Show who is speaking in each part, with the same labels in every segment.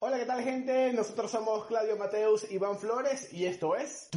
Speaker 1: Hola, ¿qué tal gente? Nosotros somos Claudio Mateus, Iván Flores y esto es...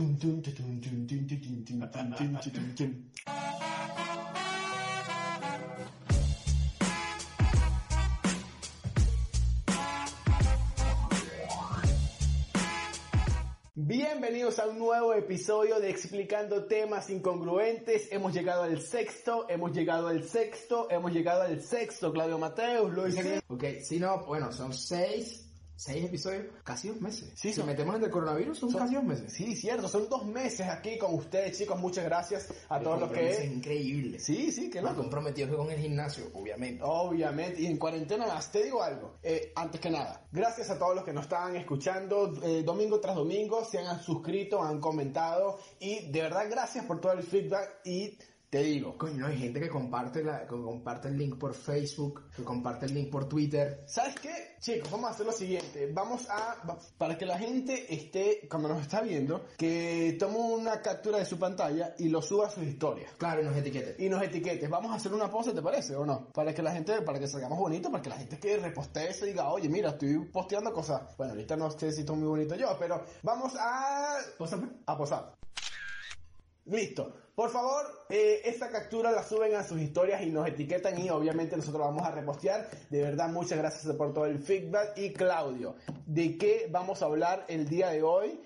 Speaker 1: Bienvenidos a un nuevo episodio de Explicando temas incongruentes. Hemos llegado al sexto, hemos llegado al sexto, hemos llegado al sexto, Claudio Mateus, lo hicimos.
Speaker 2: Ok, si no, bueno, son seis, seis episodios, casi dos meses.
Speaker 1: Sí,
Speaker 2: si
Speaker 1: son-
Speaker 2: metemos el del coronavirus, son,
Speaker 1: son-
Speaker 2: casi dos meses.
Speaker 1: Sí, cierto, son dos meses aquí con ustedes, chicos. Muchas gracias a todos los
Speaker 2: Compromiso
Speaker 1: que...
Speaker 2: increíble.
Speaker 1: Sí, Oh. sí, qué
Speaker 2: Más
Speaker 1: loco.
Speaker 2: comprometido que con el gimnasio, obviamente.
Speaker 1: Obviamente, y en cuarentena más, te digo algo, eh, antes que nada, gracias a todos los que nos estaban escuchando eh, domingo tras domingo, se han suscrito, han comentado y de verdad gracias por todo el feedback y te digo,
Speaker 2: Coño, hay gente que comparte, la, que comparte el link por Facebook, que comparte el link por Twitter.
Speaker 1: ¿Sabes qué? Chicos, vamos a hacer lo siguiente. Vamos a. va- Para que la gente esté, cuando nos está viendo, que tome una captura de su pantalla y lo suba a sus historias.
Speaker 2: Claro, y nos etiqueten.
Speaker 1: Y nos etiquetes. Vamos a hacer una pose, ¿te parece o no? Para que la gente, para que salgamos bonito, para que la gente que repostee eso diga, oye, mira, estoy posteando cosas. Bueno, ahorita no sé si estoy muy bonito yo, pero vamos a.
Speaker 2: Pósame.
Speaker 1: a posar. Listo. Por favor, eh, esa captura la suben a sus historias y nos etiquetan y obviamente nosotros la vamos a repostear. De verdad, muchas gracias por todo el feedback. Y Claudio, ¿de qué vamos a hablar el día de hoy?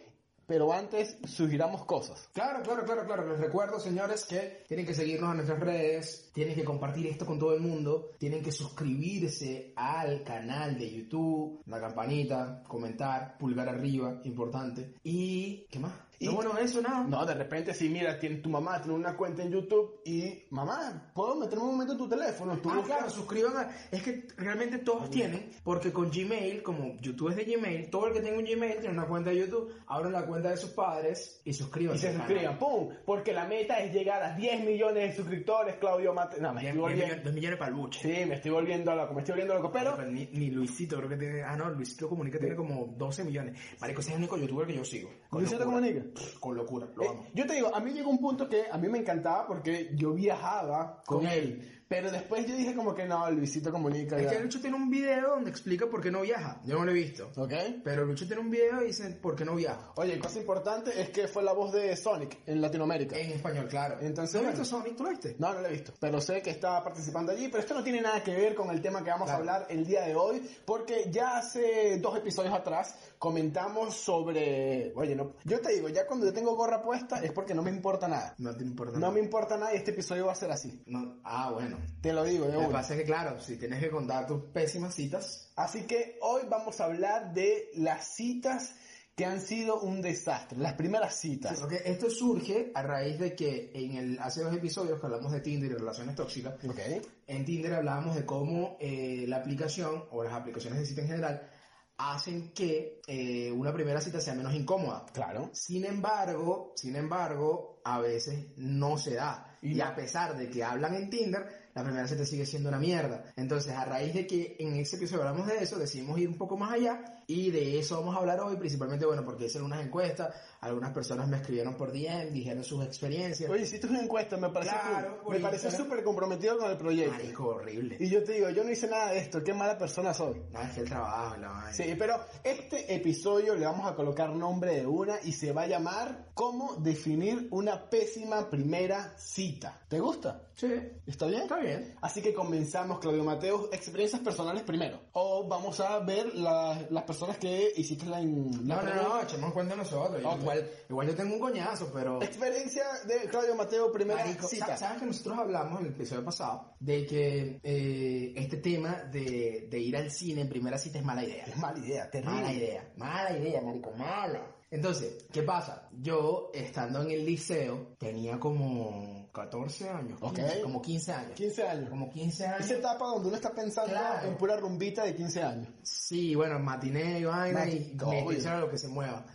Speaker 1: Pero antes, sugiramos cosas.
Speaker 2: Claro, claro, claro, claro. Les recuerdo, señores, que tienen que seguirnos a nuestras redes, tienen que compartir esto con todo el mundo, tienen que suscribirse al canal de YouTube, la campanita, comentar, pulgar arriba, importante. ¿Y qué más?
Speaker 1: Y-
Speaker 2: No, bueno, eso nada.
Speaker 1: No, de repente, si mira, tiene, tu mamá tiene una cuenta en YouTube y, mamá, ¿puedo meterme un momento en tu teléfono? Tú
Speaker 2: Ah,
Speaker 1: buscas-
Speaker 2: claro, suscriban a... Es que realmente todos tienen, porque con Gmail, como YouTube es de Gmail, todo el que tenga un Gmail tiene una cuenta de YouTube, abran la cuenta de sus padres y suscriban.
Speaker 1: Y se suscriban, ¡pum! Porque la meta es llegar a 10 millones de suscriptores, Claudio Mate. No, me estoy volviendo.
Speaker 2: Dos millones para el buche.
Speaker 1: Sí, me estoy volviendo loco, me estoy volviendo loco, pero...
Speaker 2: Pero ni, ni Luisito creo que tiene. Ah, no, Luisito Comunica tiene como 12 millones. Marico, ese es el único youtuber que yo sigo. Con
Speaker 1: ¿Luisito
Speaker 2: locura.
Speaker 1: Comunica?
Speaker 2: Pff, Con locura, lo
Speaker 1: Eh,
Speaker 2: amo.
Speaker 1: yo te digo, a mí llegó un punto que a mí me encantaba porque yo viajaba con,
Speaker 2: Con
Speaker 1: él. Pero después yo dije como que no, Luisito comunica.
Speaker 2: Es
Speaker 1: ya.
Speaker 2: que Lucho tiene un video donde explica por qué no viaja. Yo no lo he visto.
Speaker 1: ¿Ok?
Speaker 2: Pero Lucho tiene un video y dice por qué no viaja.
Speaker 1: Oye, cosa importante es que fue la voz de Sonic en Latinoamérica.
Speaker 2: En español, claro.
Speaker 1: Entonces,
Speaker 2: ¿Tú has
Speaker 1: bueno.
Speaker 2: visto Sonic? ¿Tú lo viste?
Speaker 1: No, no lo he visto, pero sé que está participando allí, pero esto no tiene nada que ver con el tema que vamos a
Speaker 2: Claro.
Speaker 1: hablar el día de hoy, porque ya hace dos episodios atrás comentamos sobre, oye, no, yo te digo, ya cuando yo tengo gorra puesta es porque no me importa nada,
Speaker 2: No te importa.
Speaker 1: no me importa nada y este episodio va a ser así,
Speaker 2: No. Ah, bueno.
Speaker 1: te lo digo, de
Speaker 2: Lo que
Speaker 1: una.
Speaker 2: pasa es que, claro, si tienes que contar tus pésimas citas,
Speaker 1: Así que hoy vamos a hablar de las citas que han sido un desastre, las primeras citas.
Speaker 2: Ok, esto surge a raíz de que en el, hace dos episodios que hablamos de Tinder y relaciones tóxicas,
Speaker 1: Ok.
Speaker 2: En Tinder hablábamos de cómo eh, la aplicación o las aplicaciones de cita en general hacen que eh, una primera cita sea menos incómoda.
Speaker 1: Claro.
Speaker 2: Sin embargo, sin embargo, a veces no se da.
Speaker 1: Y
Speaker 2: Y,
Speaker 1: no.
Speaker 2: a pesar de que hablan en Tinder, la primera cita sigue siendo una mierda. Entonces, a raíz de que en ese episodio hablamos de eso, decidimos ir un poco más allá y de eso vamos a hablar hoy, principalmente, bueno, porque hice algunas encuestas, algunas personas me escribieron por DM, dijeron sus experiencias.
Speaker 1: Oye, hiciste una encuesta, me pareció,
Speaker 2: Claro,
Speaker 1: cool.
Speaker 2: por
Speaker 1: me pareció
Speaker 2: Instagram.
Speaker 1: súper comprometido con el proyecto.
Speaker 2: Marico, horrible.
Speaker 1: Y yo te digo, yo no hice nada de esto, qué mala persona soy.
Speaker 2: No, es que el trabajo, la vaina.
Speaker 1: Sí, pero este episodio le vamos a colocar nombre de una y se va a llamar ¿Cómo definir una pésima primera cita? ¿Te gusta?
Speaker 2: sí.
Speaker 1: ¿Está bien?
Speaker 2: Está bien.
Speaker 1: Así que comenzamos, Claudio Mateos, experiencias personales primero. O vamos a ver la- las personas que hiciste la... en- la
Speaker 2: No, no,
Speaker 1: pregunta.
Speaker 2: no, echemos cuenta nosotros.
Speaker 1: Ok.
Speaker 2: Igual, igual yo tengo un coñazo, pero...
Speaker 1: Experiencia de Claudio Mateo, primera
Speaker 2: Marico,
Speaker 1: cita.
Speaker 2: sa- ¿Sabes que nosotros hablamos en el episodio pasado de que eh, este tema de, de ir al cine en primera cita es mala idea?
Speaker 1: Es mala idea, terrible.
Speaker 2: Mala idea, mala idea, marico, mala. Entonces, ¿qué pasa? Yo, estando en el liceo, tenía como 14 años, 15,
Speaker 1: Ok.
Speaker 2: como 15 años.
Speaker 1: 15 años.
Speaker 2: Como 15 años.
Speaker 1: Esa etapa donde uno está pensando
Speaker 2: Claro.
Speaker 1: en pura rumbita de 15 años.
Speaker 2: Sí, bueno, matiné y vaina y
Speaker 1: Mati-
Speaker 2: me
Speaker 1: obvio.
Speaker 2: hicieron lo que se mueva.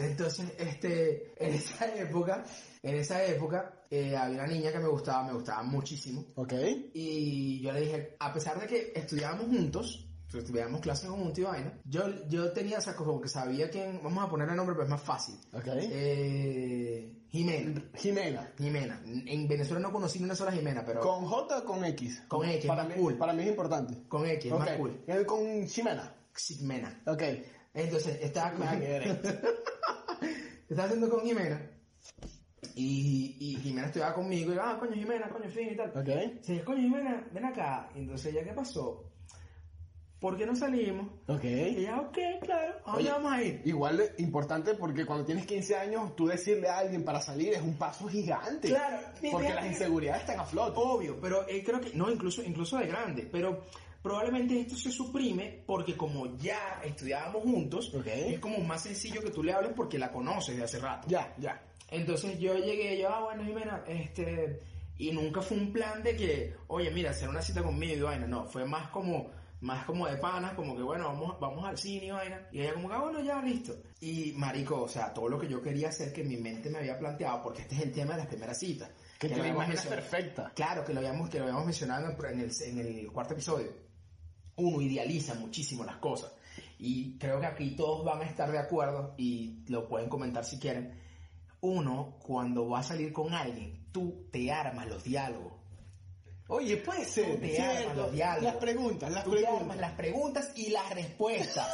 Speaker 2: Entonces, este, en esa época, en esa época, eh, había una niña que me gustaba, me gustaba muchísimo.
Speaker 1: ¿Ok?
Speaker 2: Y yo le dije, a pesar de que estudiábamos juntos, estudiábamos clases juntos y vaina, yo, yo tenía, o sea, como que sabía quién, vamos a poner el nombre, pero es más fácil.
Speaker 1: ¿Ok?
Speaker 2: Eh, Jimena.
Speaker 1: Jimena.
Speaker 2: Jimena. En Venezuela no conocí ni una sola Jimena, pero con,
Speaker 1: ¿Con J o con X?
Speaker 2: Con X,
Speaker 1: Para
Speaker 2: más
Speaker 1: mí,
Speaker 2: cool.
Speaker 1: para mí es importante.
Speaker 2: X, es
Speaker 1: Ok.
Speaker 2: más cool.
Speaker 1: Eh, Con Jimena.
Speaker 2: Ximena.
Speaker 1: Ok.
Speaker 2: Entonces, estaba con,
Speaker 1: Nada que ver.
Speaker 2: estaba haciendo con Jimena. Y, y Jimena estudiaba conmigo y yo, ah, coño, Jimena, coño, fin y tal.
Speaker 1: ok.
Speaker 2: Se dice, coño, Jimena, ven acá. Entonces, ¿ya qué pasó? ¿Por qué no salimos?
Speaker 1: Ok.
Speaker 2: Y ella, ok, claro, ¿a dónde
Speaker 1: Oye,
Speaker 2: vamos a ir?
Speaker 1: Igual de importante porque cuando tienes 15 años, tú decirle a alguien para salir es un paso gigante.
Speaker 2: Claro.
Speaker 1: Porque
Speaker 2: Fíjate.
Speaker 1: las inseguridades están a flote.
Speaker 2: Obvio, pero eh, creo que, no, incluso, incluso de grande, pero probablemente esto se suprime porque como ya estudiábamos juntos,
Speaker 1: Ok.
Speaker 2: es como más sencillo que tú le hables porque la conoces de hace rato.
Speaker 1: Ya, ya.
Speaker 2: Entonces yo llegué, yo, ah, bueno, Jimena, este, y nunca fue un plan de que, oye, mira, hacer una cita conmigo y vaina, no, fue más como, más como de panas, como que, bueno, vamos, vamos al cine y vaina, y ella como que, ah, bueno, ya, listo. Y marico, o sea, todo lo que yo quería hacer que mi mente me había planteado, porque este es el tema de las primeras citas.
Speaker 1: Que
Speaker 2: Ya
Speaker 1: te la
Speaker 2: lo hemos
Speaker 1: imaginas
Speaker 2: mencionado.
Speaker 1: perfecta.
Speaker 2: Claro, que lo habíamos, que lo habíamos mencionado en el, en el cuarto episodio. Uno idealiza muchísimo las cosas. Y creo que aquí todos van a estar de acuerdo y lo pueden comentar si quieren. Uno, cuando va a salir con alguien, tú te armas los diálogos.
Speaker 1: Oye, puede ser.
Speaker 2: Tú te armas
Speaker 1: ¿cierto?
Speaker 2: los diálogos.
Speaker 1: Las preguntas, las
Speaker 2: Tú te
Speaker 1: preguntas.
Speaker 2: armas las preguntas y las respuestas.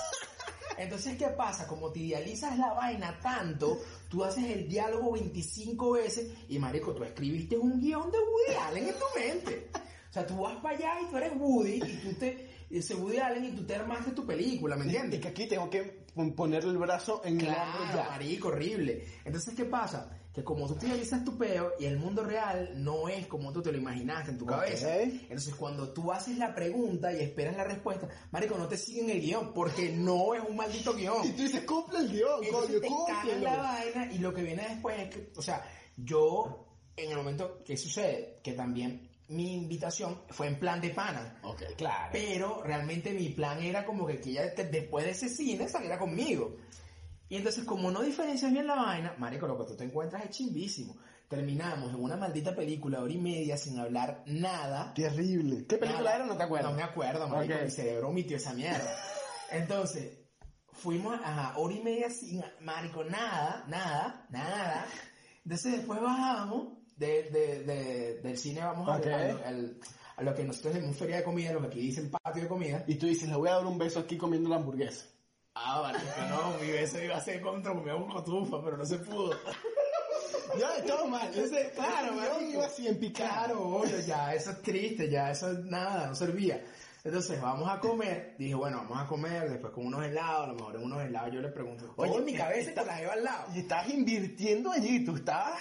Speaker 2: Entonces, ¿qué pasa? Como te idealizas la vaina tanto, tú haces el diálogo 25 veces y, marico, tú escribiste un guión de Woody Allen en tu mente. O sea, tú vas para allá y tú eres Woody y tú te... Ese Woody Allen y tú te armaste tu película, ¿me entiendes?
Speaker 1: Y que aquí tengo que pon- poner el brazo en el hombro
Speaker 2: Claro,
Speaker 1: ya.
Speaker 2: marico, horrible. Entonces, ¿qué pasa? Que como tú te idealizas tu peo y el mundo real no es como tú te lo imaginaste en tu
Speaker 1: Ok.
Speaker 2: cabeza. Entonces, cuando tú haces la pregunta y esperas la respuesta, marico, no te siguen el guión porque no es un maldito guión.
Speaker 1: Y tú dices, cumple el guión,
Speaker 2: Entonces te
Speaker 1: coño,
Speaker 2: cagan
Speaker 1: cúmplelo.
Speaker 2: la vaina y lo que viene después es que, o sea, yo, en el momento que sucede, que también mi invitación fue en plan de pana.
Speaker 1: Ok, claro.
Speaker 2: Pero realmente mi plan era como que, que ella te- después de ese cine saliera conmigo. Y entonces, como no diferencias bien la vaina, marico, lo que tú te encuentras es chimbísimo. Terminamos en una maldita película, hora y media, sin hablar nada.
Speaker 1: Terrible. ¿Qué película
Speaker 2: Nada.
Speaker 1: era? No te acuerdas.
Speaker 2: No me acuerdo, marico,
Speaker 1: Ok.
Speaker 2: mi cerebro omitió esa mierda. Entonces, fuimos a hora y media sin, marico, nada, nada, nada. Entonces, después bajamos de, de- de- del cine, vamos al-
Speaker 1: Ok.
Speaker 2: al- al- a lo que nosotros llamamos feria de comida, lo que aquí dice el patio de comida.
Speaker 1: Y tú dices, le voy a dar un beso aquí comiendo la hamburguesa.
Speaker 2: Ah, marico, no, mi beso iba a ser contra me hago un cotufa, pero no se pudo.
Speaker 1: Ya, todo mal. Ese,
Speaker 2: Claro,
Speaker 1: ese
Speaker 2: marico.
Speaker 1: guión iba así en picado.
Speaker 2: Claro, obvio, ya eso es triste, ya eso es nada, no servía. Entonces, vamos a comer. Dije, bueno, vamos a comer, después con unos helados, a lo mejor en unos helados yo le pregunto, oye,
Speaker 1: Todo
Speaker 2: en mi cabeza
Speaker 1: está-
Speaker 2: te la llevo al lado.
Speaker 1: Y estás invirtiendo allí, tú estabas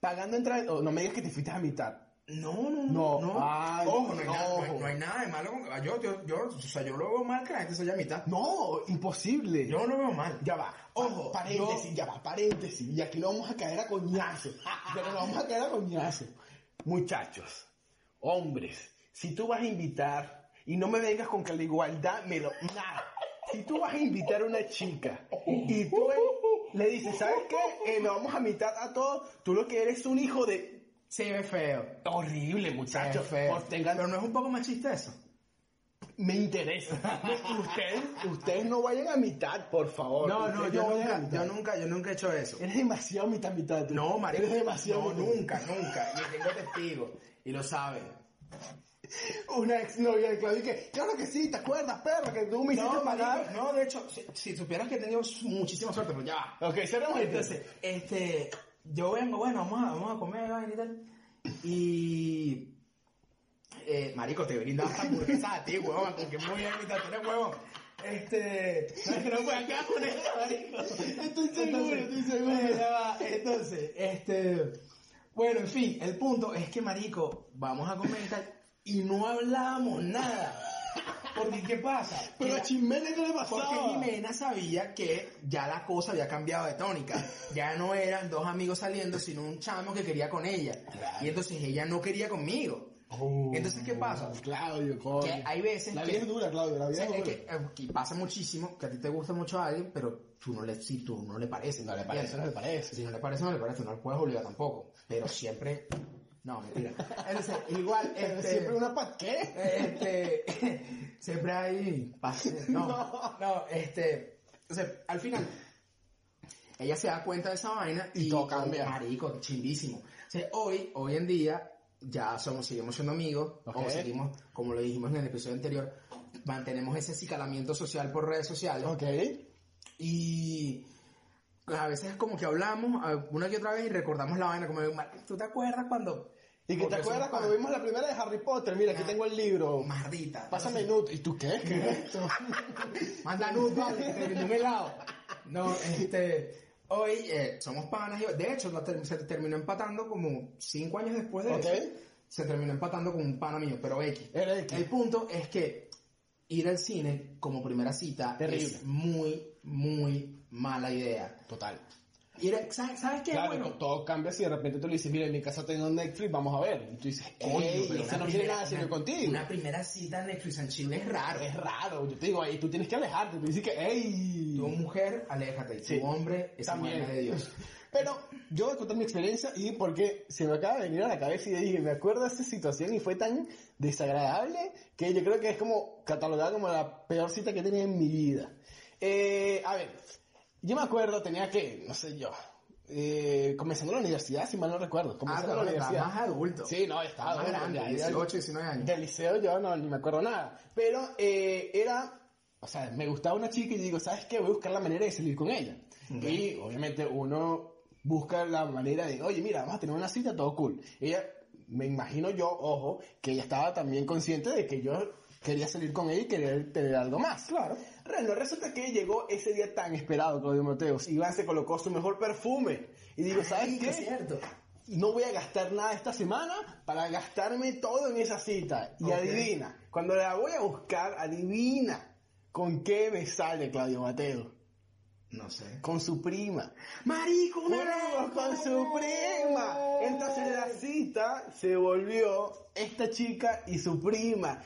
Speaker 1: pagando entrada. Oh, no me digas que te fuiste a mitad.
Speaker 2: No, no,
Speaker 1: No,
Speaker 2: no.
Speaker 1: ay,
Speaker 2: ojo, no hay, nada, no, hay,
Speaker 1: ojo.
Speaker 2: no hay nada de malo con que yo, yo, yo, o sea, yo lo veo mal que la gente se haya mitad.
Speaker 1: No, imposible.
Speaker 2: Yo no veo mal.
Speaker 1: Ya va.
Speaker 2: Ojo,
Speaker 1: Pa- paréntesis,
Speaker 2: yo-
Speaker 1: ya va, paréntesis. Y aquí lo vamos a caer a coñazo. Pero lo vamos a caer a coñazo. Muchachos, hombres, si tú vas a invitar y no me vengas con que la igualdad me lo. Nada. Si tú vas a invitar a una chica y tú en- le dices, ¿sabes qué? Eh, lo vamos a mitad a todos. Tú lo que eres es un hijo de.
Speaker 2: Se ve feo.
Speaker 1: Horrible,
Speaker 2: Se ve
Speaker 1: muchachos.
Speaker 2: feo.
Speaker 1: Por tengan-
Speaker 2: Pero no es un poco machista eso.
Speaker 1: Me interesa. ustedes, ustedes no vayan a mitad, por favor.
Speaker 2: No, no,
Speaker 1: Ustedes
Speaker 2: yo
Speaker 1: vayan a
Speaker 2: nunca,
Speaker 1: mitad.
Speaker 2: yo nunca, yo nunca he hecho eso.
Speaker 1: Eres demasiado mitad mitad. tú.
Speaker 2: No, marico.
Speaker 1: Eres demasiado.
Speaker 2: No,
Speaker 1: mitad.
Speaker 2: nunca, nunca. Y tengo testigos. Y lo saben.
Speaker 1: Una ex novia de Claudio que, claro que sí, ¿te acuerdas, perro? Que tú me hiciste
Speaker 2: No, marico,
Speaker 1: pagar.
Speaker 2: no, de hecho, si, si supieras que he tenido muchísima suerte, pero ya. va.
Speaker 1: Ok, cerramos
Speaker 2: Entonces, este, yo vengo, bueno, vamos a, vamos a comer vaina y tal. Y. Eh, marico, te brindaba hasta hamburguesa a ti, huevón, con que muy bien, mitad, tú eres huevón. Este. No, es que no puedes quedar con esto, marico.
Speaker 1: Estoy seguro, estoy seguro.
Speaker 2: bueno, ya va. Entonces, este. Bueno, en fin, el punto es que, marico, vamos a comer y tal, y no hablábamos nada. Porque ¿qué pasa?
Speaker 1: Pero
Speaker 2: Que-
Speaker 1: a Chimena no le
Speaker 2: porque
Speaker 1: pasaba.
Speaker 2: Jimena sabía que ya la cosa había cambiado de tónica. Ya no eran dos amigos saliendo, sino un chamo que quería con ella. Y entonces ella no quería conmigo.
Speaker 1: Oh,
Speaker 2: Entonces, ¿qué pasa?
Speaker 1: Claudio, coño.
Speaker 2: Que hay veces
Speaker 1: La
Speaker 2: que-
Speaker 1: vida es dura, Claudio, la
Speaker 2: O
Speaker 1: vida
Speaker 2: sea,
Speaker 1: es
Speaker 2: es
Speaker 1: dura.
Speaker 2: que, eh, que pasa muchísimo que a ti te gusta mucho a alguien, pero tú no le, si tú no le pareces.
Speaker 1: No le parece, no le parece.
Speaker 2: Si no le parece, no le parece, no le puedes obligar tampoco. Pero siempre. No, mentira. Entonces, igual, este,
Speaker 1: Siempre una pa' qué.
Speaker 2: este, siempre hay pase- no, no, este, o sea, al final, ella se da cuenta de esa vaina y,
Speaker 1: todo cambia.
Speaker 2: Marico, chindísimo. O sea, hoy, hoy en día, ya somos, seguimos siendo amigos,
Speaker 1: Ok.
Speaker 2: o seguimos, como lo dijimos en el episodio anterior, mantenemos ese acicalamiento social por redes sociales.
Speaker 1: Ok.
Speaker 2: Y pues, a veces como que hablamos a- una que otra vez y recordamos la vaina, como, ¿tú te acuerdas cuando?
Speaker 1: Y que
Speaker 2: Porque
Speaker 1: te acuerdas
Speaker 2: somos
Speaker 1: cuando
Speaker 2: pan-
Speaker 1: vimos la primera de Harry Potter. Mira, aquí
Speaker 2: Ah.
Speaker 1: tengo el libro.
Speaker 2: Mardita.
Speaker 1: Pásame nut. ¿Y tú qué? ¿Qué es esto?
Speaker 2: Manda luz, vale, te brindé un helado. No, este. Hoy eh, somos panas. y- De hecho, la ter- se terminó empatando como cinco años después de
Speaker 1: Ok.
Speaker 2: eso. Se terminó empatando con un pana mío, pero X.
Speaker 1: Era X.
Speaker 2: El punto es que ir al cine como primera cita
Speaker 1: Terrible.
Speaker 2: es muy, muy mala idea.
Speaker 1: Total.
Speaker 2: Ir a- ¿sabes, sabes qué?
Speaker 1: Claro,
Speaker 2: bueno,
Speaker 1: co- todo cambia si de repente tú le dices, mira, en mi casa tengo Netflix, vamos a ver. Y tú dices,
Speaker 2: coño,
Speaker 1: "Ey,
Speaker 2: pero
Speaker 1: esa
Speaker 2: una
Speaker 1: no tiene
Speaker 2: primera-
Speaker 1: nada serio
Speaker 2: una-
Speaker 1: contigo.
Speaker 2: Una primera cita en Netflix en Chile es raro.
Speaker 1: Es raro, yo te digo, ahí tú tienes que alejarte. Tú dices que, ey.
Speaker 2: Tu mujer, aléjate. Y tu
Speaker 1: Sí.
Speaker 2: hombre, esa mujer
Speaker 1: También.
Speaker 2: es de Dios.
Speaker 1: Pero yo voy a contar mi experiencia y porque se me acaba de venir a la cabeza y dije, me acuerdo de esa situación y fue tan desagradable que yo creo que es como catalogada como la peor cita que he tenido en mi vida. Eh, a ver, yo me acuerdo, tenía que, no sé yo, eh, comenzando la universidad, si mal no recuerdo,
Speaker 2: Ah,
Speaker 1: comenzando
Speaker 2: pero
Speaker 1: la
Speaker 2: estás
Speaker 1: universidad.
Speaker 2: más adulto.
Speaker 1: Sí, no, estaba
Speaker 2: más
Speaker 1: adulto,
Speaker 2: grande,
Speaker 1: ya, ya-
Speaker 2: 18, 19 años.
Speaker 1: Del liceo yo no, ni me acuerdo nada. Pero eh, era, o sea, me gustaba una chica y digo, ¿sabes qué? Voy a buscar la manera de salir con ella. Y obviamente uno busca la manera de, oye, mira, vamos a tener una cita, todo cool. Ella, me imagino yo, ojo, que ella estaba también consciente de que yo quería salir con ella y quería tener algo más. Claro. Bueno, resulta que llegó ese día tan esperado, Claudio Mateos. Iván se colocó su mejor perfume. Y digo, ¿sabes
Speaker 2: Ay,
Speaker 1: qué?
Speaker 2: Es cierto.
Speaker 1: no voy a gastar nada esta semana para gastarme todo en esa cita. Y
Speaker 2: Ok.
Speaker 1: adivina, cuando la voy a buscar, adivina con qué me sale Claudio Mateo.
Speaker 2: No sé.
Speaker 1: Con su prima.
Speaker 2: ¡Marico,
Speaker 1: ¡Fuimos con su prima! Entonces la cita se volvió esta chica y su prima.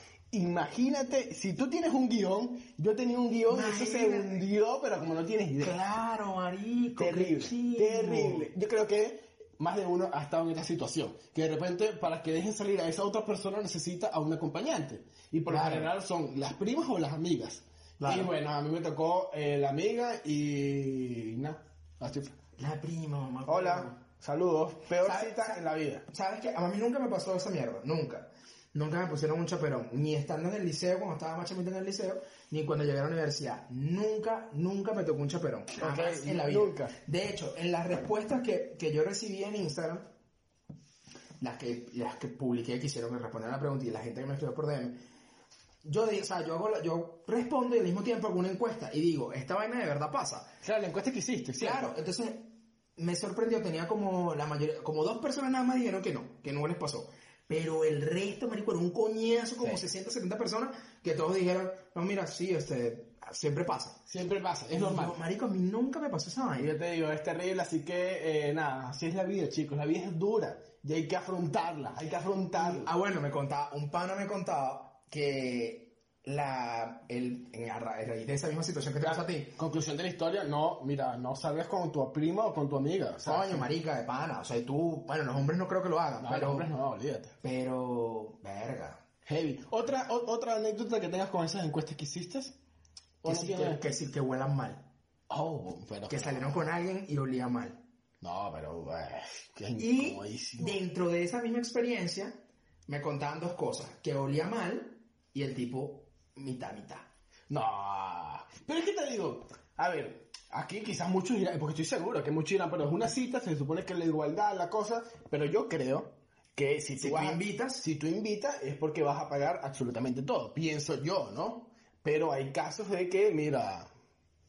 Speaker 1: Imagínate, si tú tienes un guión, yo tenía un guión y eso se
Speaker 2: Imagínate.
Speaker 1: hundió, pero como no tienes idea.
Speaker 2: Claro, marico. qué
Speaker 1: Terrible,
Speaker 2: chimbo.
Speaker 1: terrible. Yo creo que más de uno ha estado en esta situación. Que de repente, para que dejen salir a esa otra persona, necesita a un acompañante. Y por
Speaker 2: Claro.
Speaker 1: lo general son las primas o las amigas.
Speaker 2: Claro.
Speaker 1: Y bueno, a mí me tocó eh, la amiga y. nada, así fue.
Speaker 2: La prima, mamá.
Speaker 1: Hola, saludos. Peor
Speaker 2: ¿Sabes?
Speaker 1: cita en la vida.
Speaker 2: ¿Sabes qué? A mí nunca me pasó esa mierda. Nunca. Nunca me pusieron un chaperón. Ni estando en el liceo, cuando estaba más chamito en el liceo, ni cuando llegué a la universidad. Nunca, nunca me tocó un chaperón. Jamás en la vida.
Speaker 1: nunca.
Speaker 2: De hecho, en las respuestas que, que yo recibí en Instagram, las que, las que publiqué, que hicieron que responder a la pregunta y la gente que me escribió por DM, yo, di- o sea, yo, hago la- yo respondo y al mismo tiempo hago una encuesta y digo, esta vaina de verdad pasa.
Speaker 1: Claro, la encuesta que hiciste, ¿cierto?
Speaker 2: Claro, entonces me sorprendió, tenía como la mayoría, como dos personas nada más dijeron que no, que no les pasó. Pero el resto, marico, era un coñazo, como
Speaker 1: Sí.
Speaker 2: 60, 70 personas, que todos dijeron, no, mira, sí, este, siempre pasa.
Speaker 1: Siempre pasa, es
Speaker 2: Y
Speaker 1: normal.
Speaker 2: yo, marico, a mí nunca me pasó esa
Speaker 1: Y
Speaker 2: vaina.
Speaker 1: yo te digo, es terrible, así que eh, nada, así es la vida, chicos. La vida es dura y hay que afrontarla, hay que afrontarla.
Speaker 2: Ah, bueno, me contaba, un pana me contaba que la, el, en a ra- a raíz de esa misma situación que te pasó a ti,
Speaker 1: Conclusión de la historia, no, mira, no salgas con tu prima o con tu amiga. O sea,
Speaker 2: coño, marica, de pana, o sea, y tú, bueno, los hombres no creo que lo hagan,
Speaker 1: no, los
Speaker 2: pero,
Speaker 1: hombres no, olvídate.
Speaker 2: pero, verga,
Speaker 1: Heavy. ¿Otra, o- ¿Otra anécdota que tengas con esas encuestas que hiciste? ¿O
Speaker 2: que
Speaker 1: no
Speaker 2: sí,
Speaker 1: tienes?
Speaker 2: que, que sí, que huelan mal.
Speaker 1: Oh, pero...
Speaker 2: que salieron con alguien y olía mal.
Speaker 1: No, pero... eh, qué
Speaker 2: Y
Speaker 1: incomodísimo.
Speaker 2: dentro de esa misma experiencia me contaban dos cosas, que olía mal y el tipo mitad mitad.
Speaker 1: No. Pero es que te digo, a ver, aquí quizás muchos dirán, porque estoy seguro que muchos dirán, pero es una cita, se supone que la igualdad, la cosa, pero yo creo que si tú,
Speaker 2: Si tú
Speaker 1: vas a-
Speaker 2: invitas.
Speaker 1: si tú invitas es porque vas a pagar absolutamente todo, pienso yo, ¿no? Pero hay casos de que, mira,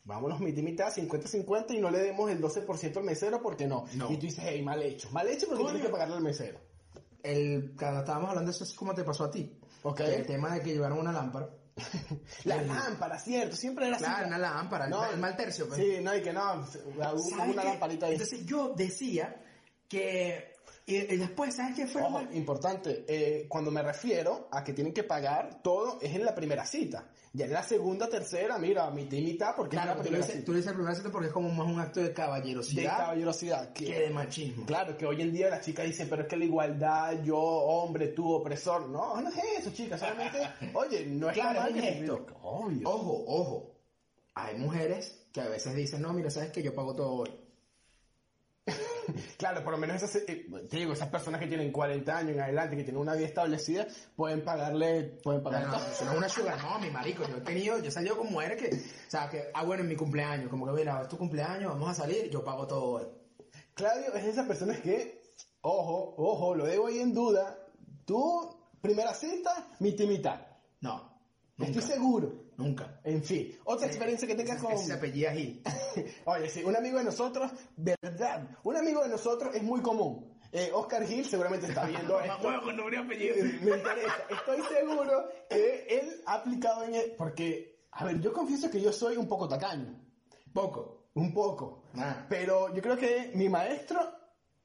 Speaker 1: vámonos mitad y mitad, 50-50 y no le demos el 12% al mesero porque no.
Speaker 2: No.
Speaker 1: Y tú dices, hey, mal hecho, mal hecho porque
Speaker 2: Coño.
Speaker 1: tienes que pagarle al mesero.
Speaker 2: El, cuando estábamos hablando de eso, es como te pasó a ti.
Speaker 1: Ok.
Speaker 2: El tema de que llevaron una lámpara
Speaker 1: La lámpara, cierto, siempre era
Speaker 2: Claro,
Speaker 1: así.
Speaker 2: una lámpara, el
Speaker 1: No.
Speaker 2: mal- el mal tercio. pues.
Speaker 1: Sí, no, y que no, la- hubo
Speaker 3: ¿Sabes
Speaker 1: una
Speaker 3: qué?
Speaker 1: lamparita ahí.
Speaker 3: Entonces yo decía que. Y, y después, ¿sabes qué fue lo
Speaker 1: Ojo,
Speaker 3: mal?
Speaker 1: importante, eh, cuando me refiero a que tienen que pagar todo, es en la primera cita. Ya en la segunda, tercera, mira, mitad y mitad, porque es
Speaker 2: Claro,
Speaker 1: la
Speaker 2: tú lo
Speaker 1: primera
Speaker 2: dices,
Speaker 1: cita.
Speaker 2: tú lo dices al primer cita porque es como más un acto de
Speaker 1: De
Speaker 2: caballerosidad
Speaker 1: caballerosidad. que-
Speaker 2: que de machismo.
Speaker 1: Claro, que hoy en día la chica dice, pero es que la igualdad, yo, hombre, tú, opresor. No, no es eso, chica, solamente, oye, no es
Speaker 2: Claro,
Speaker 1: tan mal
Speaker 2: es
Speaker 1: que-
Speaker 2: esto.
Speaker 1: Obvio.
Speaker 2: Ojo, ojo. Hay mujeres que a veces dicen, no, mira, sabes que yo pago todo hoy.
Speaker 1: Claro, por lo menos esas, eh, te digo, esas personas que tienen 40 años en adelante, que tienen una vida establecida, pueden pagarle, pueden
Speaker 2: No,
Speaker 1: pagar
Speaker 2: no,
Speaker 1: todo.
Speaker 2: eso no es una sugar, no, mi marico. Yo he tenido, yo he salido con mujeres que, o sea, que, ah, bueno, en mi cumpleaños, como que, mira, es tu cumpleaños, vamos a salir, yo pago todo hoy.
Speaker 1: Claudio es de esas personas que, ojo, ojo, lo debo ahí en duda. Tú, primera cita, mitad y mitad.
Speaker 2: No,
Speaker 1: Estoy
Speaker 2: nunca,
Speaker 1: seguro.
Speaker 2: nunca.
Speaker 1: En fin, otra experiencia que tengas con...
Speaker 2: Ese apellido Gil.
Speaker 1: Oye, sí, un amigo de nosotros, verdad, un amigo de nosotros es muy común. Eh, Oscar Gil seguramente está viendo esto. Me interesa. Estoy seguro que él ha aplicado en él, porque, a ver, yo confieso que yo soy un poco tacaño,
Speaker 2: Poco.
Speaker 1: un poco,
Speaker 2: Ah.
Speaker 1: pero yo creo que mi maestro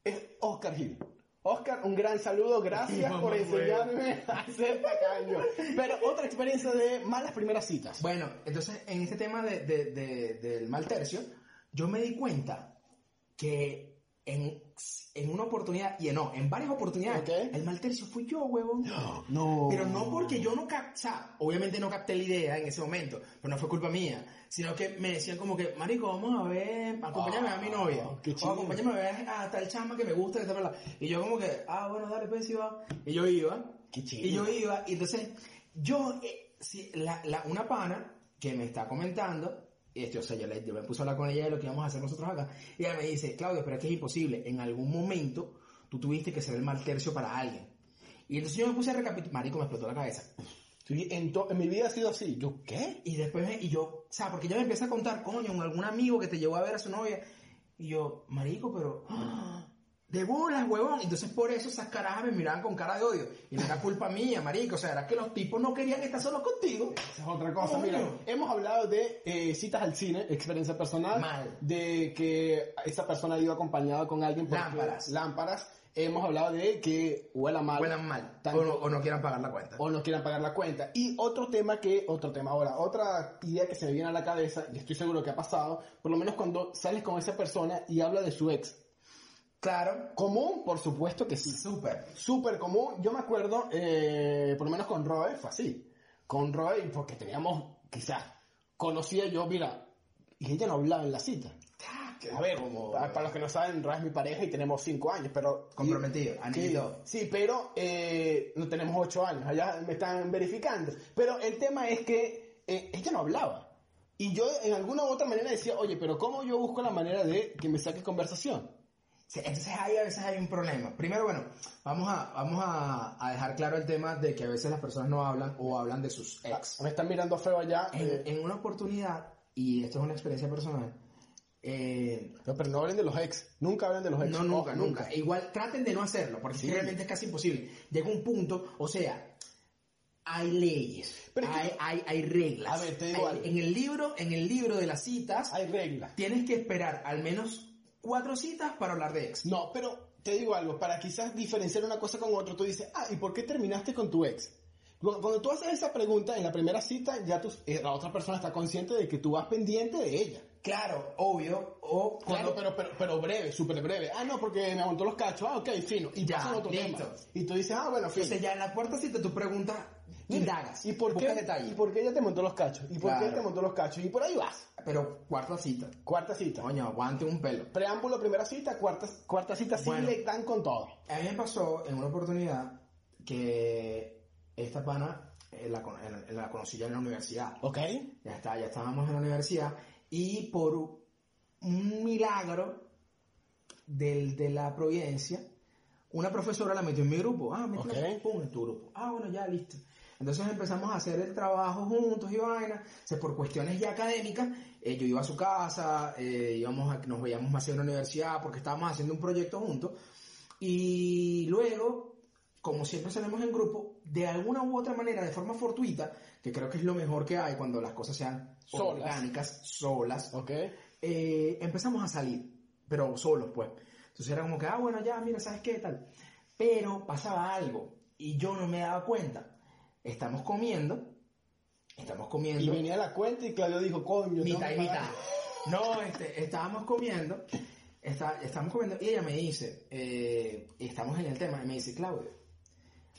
Speaker 1: es Oscar Gil. Oscar, un gran saludo, gracias por enseñarme a ser tacaño. Pero otra experiencia de malas primeras citas.
Speaker 2: Bueno, entonces en este tema de- de- de- del mal tercio, yo me di cuenta que en, en una oportunidad, y en- no, en varias oportunidades,
Speaker 1: Ok.
Speaker 2: el mal tercio fui yo, huevón.
Speaker 1: No.
Speaker 2: Pero no porque yo no capté, obviamente no capté la idea en ese momento, pero no fue culpa mía, sino que me decían como que, marico, vamos a ver, acompáñame a mi
Speaker 1: Ah,
Speaker 2: novia,
Speaker 1: qué
Speaker 2: o
Speaker 1: chido.
Speaker 2: acompáñame a ver a tal chama que me gusta, que está por la-". y yo como que, ah, bueno, dale, pues, si va, y yo iba,
Speaker 1: Qué chido.
Speaker 2: y yo iba, y entonces, yo, eh, si, la, la- una pana que me está comentando, y este, o sea, yo, le, yo me puse a hablar con ella de lo que íbamos a hacer nosotros acá, y ella me dice, Claudio, pero es que es imposible, en algún momento tú tuviste que ser el mal tercio para alguien. Y entonces yo me puse a recapitular, marico, me explotó la cabeza.
Speaker 1: Sí, En, to- en mi vida ha sido así. ¿Yo qué?
Speaker 2: Y después, me- y yo, o sea, porque ella me empieza a contar, coño, un- algún amigo que te llevó a ver a su novia. Y yo, marico, pero, ¡ah! de bolas, huevón. Entonces por eso esas carajas me miraban con cara de odio. Y no era culpa mía, marico. O sea, era que los tipos no querían estar solos contigo.
Speaker 1: Esa es otra cosa.
Speaker 2: Coño.
Speaker 1: Mira, hemos hablado de eh, citas al cine, experiencia personal,
Speaker 2: Mal.
Speaker 1: de que esa persona iba acompañada con alguien porque-
Speaker 2: Lámparas.
Speaker 1: Lámparas. Hemos hablado de que huela mal.
Speaker 2: Huelan mal.
Speaker 1: Tan-
Speaker 2: O no, o no quieran pagar la cuenta.
Speaker 1: o no quieran pagar la cuenta. Y otro tema que, otro tema ahora, otra idea que se me viene a la cabeza, y estoy seguro que ha pasado, por lo menos cuando sales con esa persona y habla de su ex.
Speaker 2: Claro.
Speaker 1: Común, por supuesto que sí.
Speaker 2: Súper.
Speaker 1: súper común. Yo me acuerdo, eh, por lo menos con Roy, fue así. Con Roy, porque teníamos, quizás, conocía yo, mira, y ella no hablaba en la cita. A ver,
Speaker 2: como-
Speaker 1: pa- para los que no saben, Roy es mi pareja y tenemos cinco años, pero...
Speaker 2: Comprometido,
Speaker 1: Sí,
Speaker 2: anillo.
Speaker 1: Sí, pero eh, no tenemos ocho años, allá me están verificando. Pero el tema es que eh, ella no hablaba. Y yo en alguna u otra manera decía, oye, pero ¿cómo yo busco la manera de que me saque conversación?
Speaker 2: Sí, Entonces ahí a veces hay un problema. Primero, bueno, vamos a, vamos a, a dejar claro el tema de que a veces las personas no hablan o hablan de sus ex.
Speaker 1: Me están mirando feo allá. eh,
Speaker 2: en, en una oportunidad, y esto es una experiencia personal, eh,
Speaker 1: No, pero no hablen de los ex. Pues, oh, Nunca hablen de los ex.
Speaker 2: no, nunca,
Speaker 1: Ojo,
Speaker 2: nunca, Igual traten de no hacerlo, porque
Speaker 1: Sí.
Speaker 2: realmente es casi imposible. Llega un punto, o sea, hay leyes,
Speaker 1: Pero es que-
Speaker 2: hay, hay, hay reglas.
Speaker 1: A ver, te digo
Speaker 2: Hay-
Speaker 1: algo.
Speaker 2: en el libro, en el libro de las citas,
Speaker 1: Hay reglas.
Speaker 2: tienes que esperar al menos cuatro citas para hablar de ex.
Speaker 1: No, pero te digo algo. Para quizás diferenciar una cosa con otra, tú dices, ah, ¿y por qué terminaste con tu ex? Cuando cuando tú haces esa pregunta en la primera cita, ya tú- eh, la otra persona está consciente de que tú vas pendiente de ella.
Speaker 2: Claro, obvio, o
Speaker 1: Claro,
Speaker 2: cuando-
Speaker 1: pero, pero, pero breve, súper breve. Ah, no, porque me aguantó los cachos. Ah, ok, fino. Y
Speaker 2: Ya,
Speaker 1: pasan a otro
Speaker 2: listo.
Speaker 1: tema. Y tú dices, ah, bueno, fino.
Speaker 2: Entonces ya en la cuarta cita tú preguntas,
Speaker 1: Mira,
Speaker 2: indagas,
Speaker 1: ¿Y por, qué,
Speaker 2: buscas detalles.
Speaker 1: ¿Y por qué ella te montó los cachos? ¿Y por qué
Speaker 2: Claro.
Speaker 1: él te montó los cachos? Y por ahí vas.
Speaker 2: Pero cuarta cita,
Speaker 1: Cuarta cita.
Speaker 2: coño, aguante un pelo.
Speaker 1: Preámbulo, primera cita, cuarta, cuarta cita, sí
Speaker 2: Bueno.
Speaker 1: le dan con todo.
Speaker 2: A mí me pasó en una oportunidad que esta pana eh, la, cono- eh, la conocí ya en la universidad.
Speaker 1: ¿Ok?
Speaker 2: Ya está, ya estábamos en la universidad y por un milagro del, de la providencia, una profesora la metió en mi grupo. Ah, metió
Speaker 1: Ok.
Speaker 2: pum, en tu grupo. Ah, bueno, ya, listo. Entonces empezamos a hacer el trabajo juntos y vaina. O sea, por cuestiones ya académicas, eh, yo iba a su casa, eh, íbamos a- nos veíamos más en la universidad porque estábamos haciendo un proyecto juntos. Y luego como siempre salimos en grupo, de alguna u otra manera, de forma fortuita, que creo que es lo mejor que hay cuando las cosas sean
Speaker 1: Solas.
Speaker 2: orgánicas, solas,
Speaker 1: Ok.
Speaker 2: eh, empezamos a salir, pero solos, pues. Entonces era como que, ah, bueno, ya, mira, ¿sabes qué tal? Pero pasaba algo y yo no me daba cuenta. Estamos comiendo, estamos comiendo.
Speaker 1: Y venía la cuenta y Claudio dijo, coño, tengo
Speaker 2: Mitad y
Speaker 1: que pagar.
Speaker 2: mitad. No, este, estábamos comiendo, está, estábamos comiendo y ella me dice, eh, y estamos en el tema, y me dice, Claudio,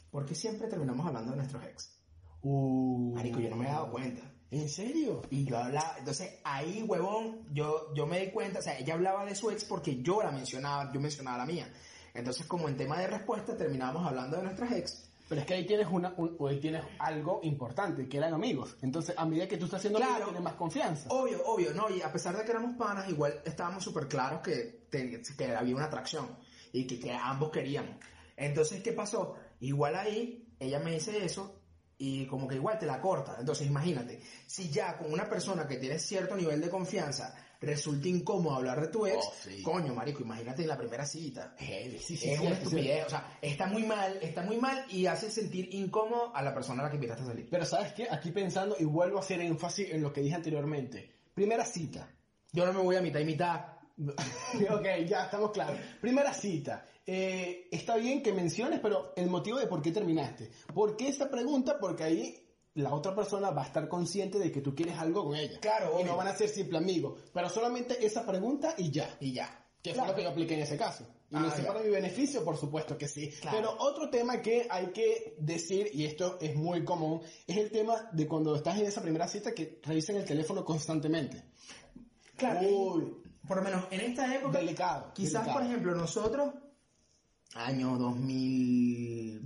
Speaker 2: ¿por qué siempre terminamos hablando de nuestros ex?
Speaker 1: Uh,
Speaker 2: Marico, yo no me he dado cuenta.
Speaker 1: ¿En serio?
Speaker 2: Y yo hablaba, entonces ahí, huevón, yo, yo me di cuenta, o sea, ella hablaba de su ex porque yo la mencionaba, yo mencionaba la mía. Entonces, como en tema de respuesta, terminábamos hablando de nuestras ex.
Speaker 1: Pero es que ahí tienes una, un- o ahí tienes algo importante, que eran amigos. Entonces, a medida que tú estás haciendo
Speaker 2: Claro.
Speaker 1: amigos, tienes más confianza.
Speaker 2: Obvio, obvio, no, y a pesar de que éramos panas, igual estábamos súper claros que, ten- que había una atracción y que, que ambos queríamos. Entonces, ¿qué pasó? Igual ahí, ella me dice eso y como que igual te la corta. Entonces, imagínate, si ya con una persona que tiene cierto nivel de confianza resulta incómodo hablar de tu ex,
Speaker 1: Oh, sí.
Speaker 2: coño, marico, imagínate en la primera cita.
Speaker 1: sí,
Speaker 2: es una
Speaker 1: sí.
Speaker 2: estupidez, o sea, está muy mal, está muy mal y hace sentir incómodo a la persona a la que invitaste a salir.
Speaker 1: Pero ¿sabes qué? Aquí pensando, y vuelvo a hacer énfasis en lo que dije anteriormente. Primera cita.
Speaker 2: Yo no me voy a mitad y mitad.
Speaker 1: ok, ya estamos claros. Primera cita. Eh, está bien que menciones, pero el motivo de por qué terminaste. ¿Por qué esa pregunta? Porque ahí la otra persona va a estar consciente de que tú quieres algo con ella.
Speaker 2: Claro,
Speaker 1: Y
Speaker 2: obvio.
Speaker 1: no van a ser simple amigos. Pero solamente esa pregunta y ya.
Speaker 2: Y ya.
Speaker 1: Que
Speaker 2: Claro.
Speaker 1: fue lo que yo apliqué en ese caso. Y
Speaker 2: Ah,
Speaker 1: lo
Speaker 2: ya.
Speaker 1: hice para mi beneficio, por supuesto que sí.
Speaker 2: Claro.
Speaker 1: Pero otro tema que hay que decir, y esto es muy común, es el tema de cuando estás en esa primera cita que revisen el teléfono constantemente.
Speaker 2: Claro.
Speaker 1: Uy,
Speaker 2: Por lo menos en esta época.
Speaker 1: Delicado,
Speaker 2: Quizás,
Speaker 1: delicado.
Speaker 2: por ejemplo, nosotros, año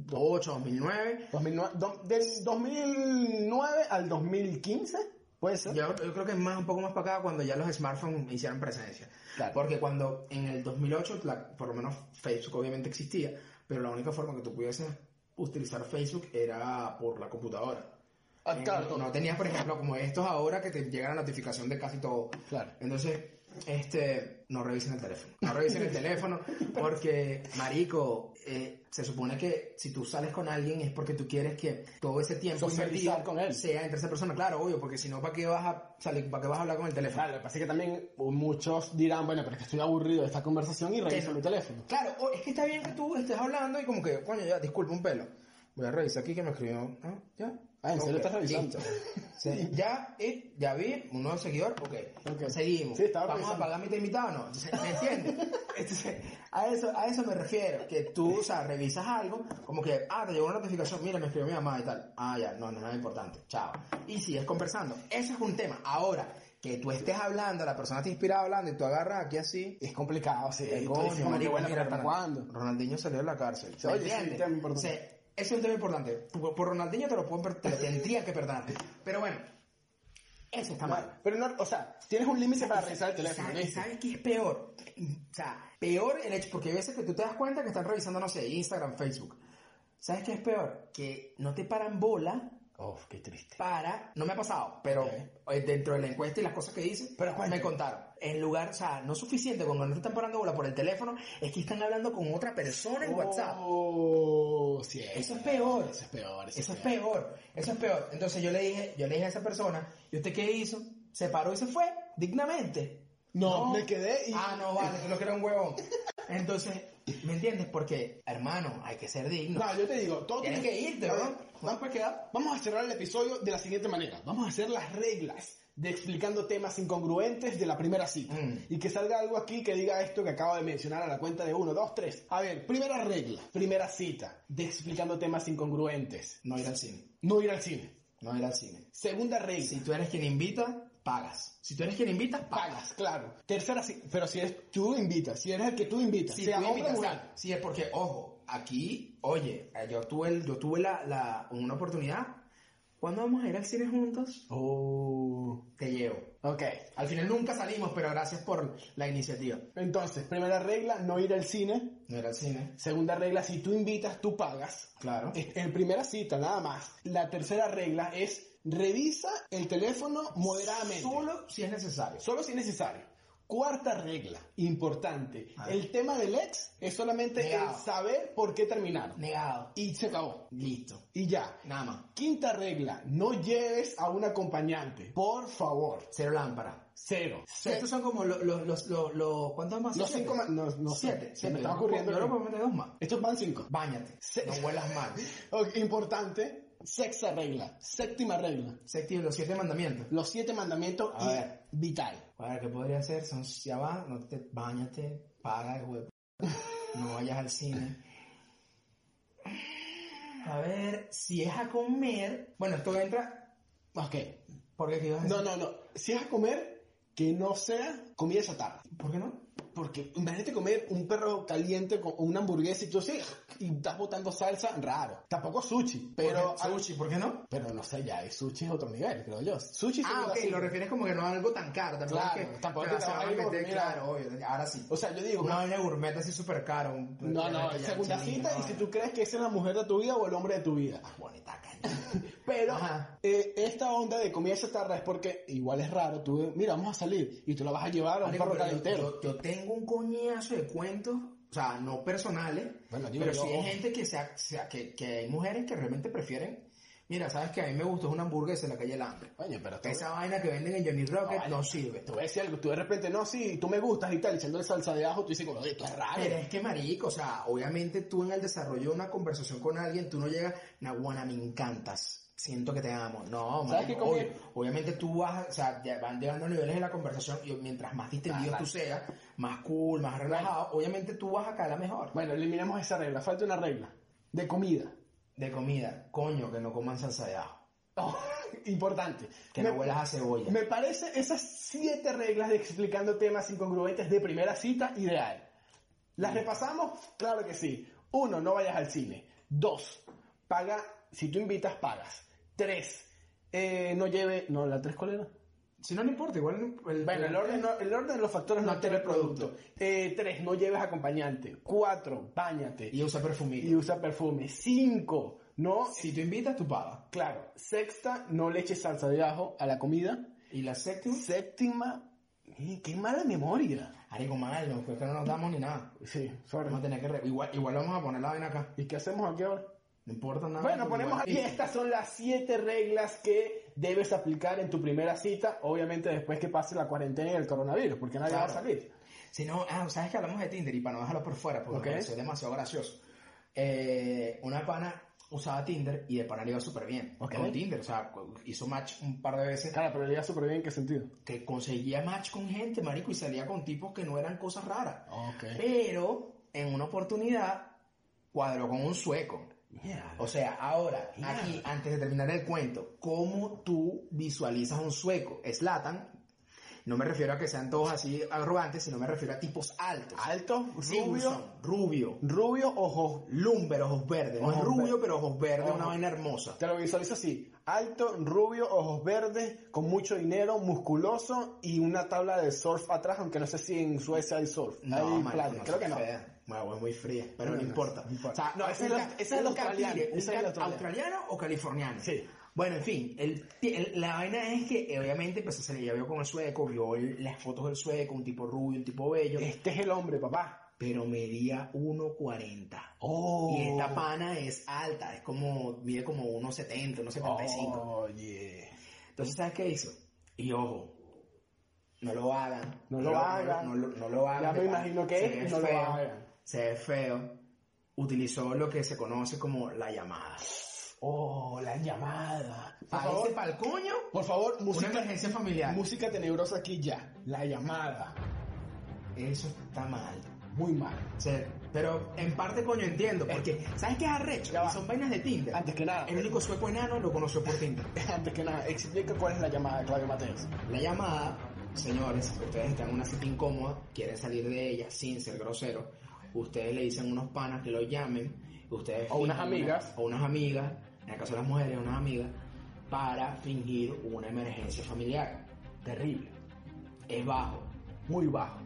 Speaker 2: 2008, 2009,
Speaker 1: 2009 do- del 2009 al 2015, puede ser.
Speaker 2: yo, yo creo que es más un poco más para acá cuando ya los smartphones hicieron presencia.
Speaker 1: Claro.
Speaker 2: Porque cuando en el 2008, la- por lo menos Facebook obviamente existía, pero la única forma que tú pudieses utilizar Facebook era por la computadora.
Speaker 1: Ah,
Speaker 2: Eh,
Speaker 1: claro.
Speaker 2: No tenías, por ejemplo, como estos ahora que te llega la notificación de casi todo.
Speaker 1: Claro.
Speaker 2: Entonces, este, no revisen el teléfono. No revisen el teléfono porque, marico, eh, se supone que si tú sales con alguien es porque tú quieres que todo ese tiempo
Speaker 1: Socializar
Speaker 2: invertido
Speaker 1: con él.
Speaker 2: sea entre esa persona. Claro, obvio, porque si no, ¿para qué vas a salir? ¿Para qué vas a hablar con el teléfono?
Speaker 1: Claro, lo que pasa es que también muchos dirán, bueno, pero es que estoy aburrido de esta conversación y reviso
Speaker 2: no.
Speaker 1: mi teléfono.
Speaker 2: Claro, o- es que está bien que tú estés hablando y como que, coño, ya, disculpa un pelo. Voy a revisar aquí que me escribió. Ah, ya.
Speaker 1: Ah, ¿en serio
Speaker 2: Ok,
Speaker 1: estás revisando?
Speaker 2: listo. Sí, ya, eh, ya vi, un nuevo seguidor, ok.
Speaker 1: Ok.
Speaker 2: Seguimos.
Speaker 1: Sí, estaba
Speaker 2: ¿Vamos a
Speaker 1: pensando.
Speaker 2: pagar mitad y mitad o no? Entonces, ¿Me entiendes? Entonces, a eso, a eso me refiero. Que tú, o sea, revisas algo, como que, ah, te llegó una notificación, mira, me escribió mi mamá y tal. Ah, ya, no, no es nada importante. Chao. Y sigues conversando. Eso es un tema. Ahora, que tú estés hablando, la persona te inspira hablando y tú agarras aquí así.
Speaker 1: Es complicado, sí.
Speaker 2: Eh,
Speaker 1: es
Speaker 2: coño,
Speaker 1: como que,
Speaker 2: marico,
Speaker 1: bueno,
Speaker 2: mira,
Speaker 1: pero ¿hasta
Speaker 2: Ronald-
Speaker 1: cuándo?
Speaker 2: Ronaldinho salió de la cárcel. ¿Me
Speaker 1: Oye, sí,
Speaker 2: entiendes?
Speaker 1: tema importante.
Speaker 2: O sea, ese es un tema importante. Por, por Ronaldinho te lo, pueden per- te lo tendría que perdonar. Pero bueno, eso está mal.
Speaker 1: Pero no, o sea, tienes un límite para revisar el
Speaker 2: ¿Y
Speaker 1: teléfono.
Speaker 2: sabes,
Speaker 1: ¿viste?
Speaker 2: ¿sabes qué es peor? O sea, peor el hecho, porque hay veces que tú te das cuenta que están revisando, no sé, Instagram, Facebook. ¿Sabes qué es peor? Que no te paran bola
Speaker 1: Uf, Oh, qué triste.
Speaker 2: para, no me ha pasado, pero eh, dentro de la encuesta y las cosas que dice,
Speaker 1: Pero
Speaker 2: me
Speaker 1: cuéntame.
Speaker 2: contaron. En lugar, o sea, no suficiente con que no te están parando bola por el teléfono, es que están hablando con otra persona en WhatsApp.
Speaker 1: Oh, sí.
Speaker 2: Eso es peor.
Speaker 1: Eso es peor.
Speaker 2: Eso es peor, eso es peor. Entonces yo le dije, yo le dije a esa persona, ¿y usted qué hizo? Se paró y se fue, dignamente.
Speaker 1: No, me quedé y...
Speaker 2: Ah, no, vale, tú lo que era un huevón. Entonces, ¿me entiendes? Porque, hermano, hay que ser digno.
Speaker 1: No, yo te digo, todo
Speaker 2: Tienes
Speaker 1: tiene-
Speaker 2: que irte,
Speaker 1: A ver,
Speaker 2: bro.
Speaker 1: Vamos a quedar. Vamos a cerrar el episodio de la siguiente manera. Vamos a hacer las reglas de explicando temas incongruentes de la primera cita.
Speaker 2: Mm.
Speaker 1: Y que salga algo aquí que diga esto que acabo de mencionar a la cuenta de 1, 2, 3. A ver, primera regla, primera cita de explicando temas incongruentes.
Speaker 2: No ir al cine,
Speaker 1: No ir al cine.
Speaker 2: no ir al cine.
Speaker 1: Segunda regla.
Speaker 2: Si tú eres quien invita, pagas. Si tú eres quien invita, pagas.
Speaker 1: Pagas, claro. Tercera, ci- pero si eres tú invitas, si eres el que tú invitas,
Speaker 2: Sí,
Speaker 1: sea
Speaker 2: tú
Speaker 1: hombre o
Speaker 2: invitas,
Speaker 1: mujer.
Speaker 2: o sea, sí, es porque, ojo, aquí, oye, eh, yo tuve, el- yo tuve la, la- una oportunidad. ¿Cuándo vamos a ir al cine juntos?
Speaker 1: Oh.
Speaker 2: Te llevo.
Speaker 1: Ok.
Speaker 2: Al final nunca salimos, pero gracias por la iniciativa.
Speaker 1: Entonces, primera regla, no ir al cine.
Speaker 2: No era al cine.
Speaker 1: Segunda regla, si tú invitas, tú pagas.
Speaker 2: Claro.
Speaker 1: Es- En primera cita, nada más. La tercera regla es revisa el teléfono moderadamente.
Speaker 2: Solo si es necesario.
Speaker 1: Solo si es necesario. Cuarta regla, importante.
Speaker 2: A ver.
Speaker 1: El tema del ex es solamente el
Speaker 2: Negado.
Speaker 1: saber por qué terminaron.
Speaker 2: Negado.
Speaker 1: Y se acabó.
Speaker 2: Listo.
Speaker 1: Y ya.
Speaker 2: Nada más.
Speaker 1: Quinta regla, no lleves a un acompañante. Por favor.
Speaker 2: Cero lámpara.
Speaker 1: Cero.
Speaker 2: Estos son como los, los, los, los, los- ¿cuántos más?
Speaker 1: Los
Speaker 2: Siete.
Speaker 1: cinco más- no, no sé.
Speaker 2: siete.
Speaker 1: Se me
Speaker 2: está
Speaker 1: estaba ocurriendo.
Speaker 2: Yo no puedo meter dos más.
Speaker 1: Estos van cinco.
Speaker 2: Báñate.
Speaker 1: Se-
Speaker 2: No huelas mal.
Speaker 1: Ok, importante. Sexta regla. Séptima regla.
Speaker 2: Séptimo, los siete mandamientos.
Speaker 1: Los siete mandamientos
Speaker 2: A
Speaker 1: y
Speaker 2: ver.
Speaker 1: vital.
Speaker 2: A ver, ¿qué podría hacer? Son, ya va, no te, bañate, paga el juego. No vayas al cine. A ver, si es a comer. Bueno, esto entra
Speaker 1: Ok.
Speaker 2: porque ¿qué ibas a decir?
Speaker 1: No, no, no. Si es a comer, que no sea comida chatarra.
Speaker 2: ¿Por qué no?
Speaker 1: Porque imagínate comer un perro caliente con una hamburguesa y tú sí, y estás botando salsa, raro. Tampoco sushi, pero...
Speaker 2: Porque- sushi, ¿por qué no?
Speaker 1: Pero no sé, ya el sushi es otro nivel, creo yo. Sushi se
Speaker 2: Ah,
Speaker 1: queda
Speaker 2: ok,
Speaker 1: así.
Speaker 2: lo refieres como que no a algo tan caro. Tampoco
Speaker 1: Claro,
Speaker 2: es que,
Speaker 1: tampoco
Speaker 2: o
Speaker 1: te
Speaker 2: sea, se
Speaker 1: vas
Speaker 2: van a
Speaker 1: a ir
Speaker 2: meter,
Speaker 1: con-
Speaker 2: claro, obvio. Ahora sí.
Speaker 1: O sea, yo digo...
Speaker 2: Una vaina gourmet así súper cara. un-
Speaker 1: No, no,
Speaker 2: ya,
Speaker 1: segunda
Speaker 2: chilín,
Speaker 1: cita y
Speaker 2: no,
Speaker 1: si
Speaker 2: no. Ah,
Speaker 1: tú crees que esa es la mujer de tu vida o el hombre de tu vida.
Speaker 2: Bonita caña.
Speaker 1: Pero
Speaker 2: Ajá.
Speaker 1: eh, esta onda de comida chatarra es porque igual es raro. Tú, mira, vamos a salir y tú la vas a llevar a un
Speaker 2: Marico,
Speaker 1: perro
Speaker 2: pero yo-
Speaker 1: calentero.
Speaker 2: Yo, yo tengo un coñazo de cuentos, o sea, no personales,
Speaker 1: Bueno, digo
Speaker 2: pero
Speaker 1: yo,
Speaker 2: sí hay
Speaker 1: ojo.
Speaker 2: gente que, sea, sea- que, que hay mujeres que realmente prefieren. Mira, sabes que a mí me gustó una hamburguesa en la calle del hambre.
Speaker 1: Coño, pero tú,
Speaker 2: Esa vaina que venden en Johnny Rocket
Speaker 1: Vale.
Speaker 2: no sirve.
Speaker 1: tú ves si algo, tú de repente, no, sí, tú me gustas y tal, echándole salsa de ajo, tú dices, como, oye, esto es raro.
Speaker 2: Pero es que marico, o sea, obviamente tú en el desarrollo de una conversación con alguien, tú no llegas, Nahuana, me encantas, siento que te amo. No,
Speaker 1: ¿Sabes qué
Speaker 2: marico,
Speaker 1: comí?
Speaker 2: obvio. obviamente tú vas, o sea, ya van llegando niveles de la conversación y mientras más distendido
Speaker 1: Ah,
Speaker 2: tú seas, más cool, más relajado, obviamente tú vas a calar mejor.
Speaker 1: Bueno, eliminamos esa regla. Falta una regla de comida.
Speaker 2: De comida, coño, que no coman salsa de ajo,
Speaker 1: Oh, importante.
Speaker 2: que
Speaker 1: me,
Speaker 2: no huelas a cebolla.
Speaker 1: me parece esas siete reglas de explicando temas incongruentes de primera cita ideal. ¿Las repasamos? Claro que sí. Uno, no vayas al cine. Dos, paga, si tú invitas, pagas. Tres, eh, no lleve, no, la tres cuál era?
Speaker 2: Si no, no importa, igual... el-
Speaker 1: Bueno, el orden, no- el orden de los factores no,
Speaker 2: No
Speaker 1: altera el
Speaker 2: altera el producto.
Speaker 1: producto. Eh, tres, no lleves acompañante. Cuatro, bañate
Speaker 2: Y usa perfumito.
Speaker 1: y usa perfume. Cinco, no
Speaker 2: Si tú invitas, tú pagas.
Speaker 1: Claro, sexta, no le eches salsa de ajo a la comida.
Speaker 2: Y la séptima,
Speaker 1: Séptima, mm, qué mala memoria.
Speaker 2: arico mal, no, que no nos damos ni nada.
Speaker 1: Sí, sorry.
Speaker 2: Vamos a tener que re- igual, igual vamos a poner la vaina acá.
Speaker 1: ¿Y qué hacemos aquí ahora?
Speaker 2: No importa nada.
Speaker 1: Ah,
Speaker 2: pues
Speaker 1: Bueno,
Speaker 2: igual.
Speaker 1: ponemos aquí. Estas son las siete reglas que debes aplicar en tu primera cita, obviamente después que pase la cuarentena y el coronavirus, porque nadie
Speaker 2: Claro.
Speaker 1: va a salir.
Speaker 2: Si no, ah, sabes que hablamos de Tinder y para no dejarlo por fuera, porque
Speaker 1: Ok.
Speaker 2: me pareció demasiado gracioso. Eh, una pana usaba Tinder y de pana le iba súper bien.
Speaker 1: Ok.
Speaker 2: Con Tinder, o sea, hizo match un par de veces.
Speaker 1: Claro, pero le iba súper bien, ¿en qué sentido?
Speaker 2: Que conseguía match con gente, marico, y salía con tipos que no eran cosas raras.
Speaker 1: Ok.
Speaker 2: Pero, en una oportunidad, cuadró con un sueco. O sea, ahora, aquí, antes de terminar el cuento, ¿cómo tú visualizas un sueco? Slatan, no me refiero a que sean todos así arrogantes, sino me refiero a tipos altos.
Speaker 1: Alto, Ah, rubio,
Speaker 2: Simpson, rubio,
Speaker 1: rubio, ojo.
Speaker 2: lumber, ojos verdes. No es
Speaker 1: Ojos
Speaker 2: rubio,
Speaker 1: verdes.
Speaker 2: pero ojos verdes,
Speaker 1: Ojos.
Speaker 2: una vaina hermosa.
Speaker 1: Te lo visualizo así. Alto, rubio, ojos verdes, con mucho dinero, musculoso y una tabla de surf atrás, aunque no sé si en Suecia hay surf. hay
Speaker 2: marico,
Speaker 1: playa,
Speaker 2: no
Speaker 1: creo
Speaker 2: sé,
Speaker 1: que no.
Speaker 2: fea. Bueno, es muy fría, pero no,
Speaker 1: No, no,
Speaker 2: importa.
Speaker 1: no importa.
Speaker 2: O sea,
Speaker 1: No, ese
Speaker 2: un
Speaker 1: es
Speaker 2: ca-
Speaker 1: el- ese es el
Speaker 2: un
Speaker 1: australiano,
Speaker 2: capire,
Speaker 1: ese
Speaker 2: un
Speaker 1: es el
Speaker 2: ca-
Speaker 1: australiano.
Speaker 2: australiano o californiano.
Speaker 1: Sí.
Speaker 2: Bueno, en fin, el- el- la vaina es que eh, obviamente empezó a salir, ya vio con el sueco, vio el- las fotos del sueco, un tipo rubio, un tipo bello,
Speaker 1: Este es el hombre, papá.
Speaker 2: pero medía 1.40.
Speaker 1: Oh.
Speaker 2: Y esta pana es alta, es como, mide como 1.70, 1.75.
Speaker 1: Oh. Oye.
Speaker 2: Entonces, ¿sabes qué hizo? Y ojo, no lo hagan.
Speaker 1: No lo hagan.
Speaker 2: No, lo- no lo hagan.
Speaker 1: Ya me
Speaker 2: de pana.
Speaker 1: imagino que
Speaker 2: Se
Speaker 1: es,
Speaker 2: ve
Speaker 1: no lo
Speaker 2: feo,
Speaker 1: hagan.
Speaker 2: Se ve feo. Utilizó lo que se conoce como la llamada.
Speaker 1: Oh, la llamada. Por
Speaker 2: Parece
Speaker 1: favor,
Speaker 2: pa'l coño
Speaker 1: por favor,
Speaker 2: una
Speaker 1: música,
Speaker 2: emergencia familiar.
Speaker 1: música tenebrosa aquí ya. La llamada.
Speaker 2: Eso está mal.
Speaker 1: Muy mal.
Speaker 2: O sea, pero en parte coño entiendo, porque ¿sabes qué es arrecho?
Speaker 1: Eh. Ya va. Ah.
Speaker 2: Y Son vainas de Tinder.
Speaker 1: Antes que nada.
Speaker 2: El único sueco enano lo conoció por Tinder.
Speaker 1: Antes que nada, explica cuál es la llamada, Claudio Mateos.
Speaker 2: La llamada, señores, ustedes están en una cita incómoda, quieren salir de ella sin ser grosero. Ustedes le dicen a unos panas que lo llamen. Ustedes
Speaker 1: O unas
Speaker 2: fingen
Speaker 1: amigas.
Speaker 2: o unas amigas, en el caso de las mujeres, unas amigas, para fingir una emergencia familiar.
Speaker 1: Terrible.
Speaker 2: Es bajo,
Speaker 1: Muy bajo.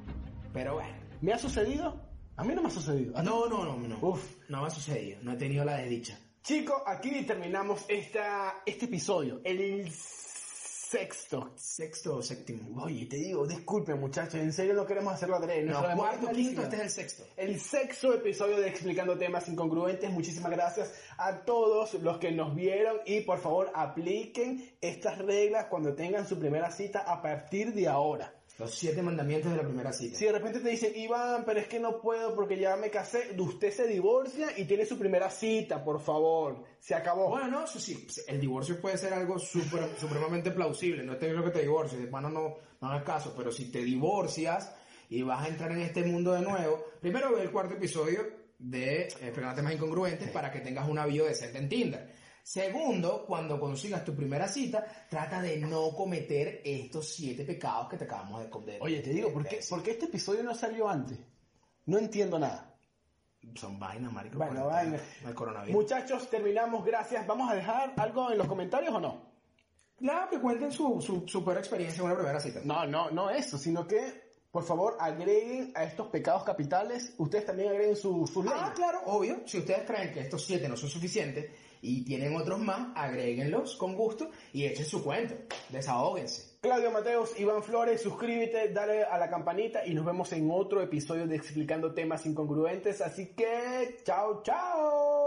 Speaker 2: pero bueno.
Speaker 1: ¿Me ha sucedido? A mí no me ha sucedido. ¿A ti?
Speaker 2: No, no, no, no.
Speaker 1: Uf.
Speaker 2: No me ha sucedido, no he tenido la desdicha.
Speaker 1: Chicos, aquí terminamos esta, este episodio. El Sexto.
Speaker 2: Sexto o séptimo.
Speaker 1: Oye, te digo, disculpe muchachos, en serio no queremos hacerlo adrede.
Speaker 2: No,
Speaker 1: nuestra memoria es
Speaker 2: cuarto, quinto,
Speaker 1: malísima.
Speaker 2: este es el sexto.
Speaker 1: El sexto episodio de Explicando Temas Incongruentes. Muchísimas gracias a todos los que nos vieron y por favor apliquen estas reglas cuando tengan su primera cita a partir de ahora.
Speaker 2: Los siete mandamientos de la primera cita.
Speaker 1: Si de repente te dicen, Iván, pero es que no puedo porque ya me casé, usted se divorcia y tiene su primera cita, por favor. Se acabó.
Speaker 2: Bueno, no, eso sí, pues, el divorcio puede ser algo super- supremamente plausible. No te digo que te divorcies, hermano, no, no hagas caso, pero si te divorcias y vas a entrar en este mundo de nuevo, primero ve el cuarto episodio de Explorar Temas Incongruentes para que tengas una bio decente en Tinder. Segundo, cuando consigas tu primera cita, trata de no cometer estos siete pecados que te acabamos de condenar.
Speaker 1: Oye, te digo, ¿por qué, por qué este episodio no salió antes? No entiendo nada.
Speaker 2: Son vainas, marico.
Speaker 1: Bueno,
Speaker 2: cuarentena,
Speaker 1: vaina.
Speaker 2: El coronavirus.
Speaker 1: Muchachos, terminamos, gracias. ¿Vamos a dejar algo en los comentarios o no?
Speaker 2: Claro, que cuenten su, su, su peor experiencia en una primera cita.
Speaker 1: No, no, no eso, sino que, por favor, agreguen a estos pecados capitales, ustedes también agreguen su- sus
Speaker 2: Ah,
Speaker 1: leyes.
Speaker 2: claro, obvio. Si ustedes creen que estos siete no son suficientes y tienen otros más, agréguenlos con gusto y echen su cuento. Desahóguense.
Speaker 1: Claudio Mateos, Iván Flores, suscríbete, dale a la campanita y nos vemos en otro episodio de Explicando Temas Incongruentes. Así que, chao, chao.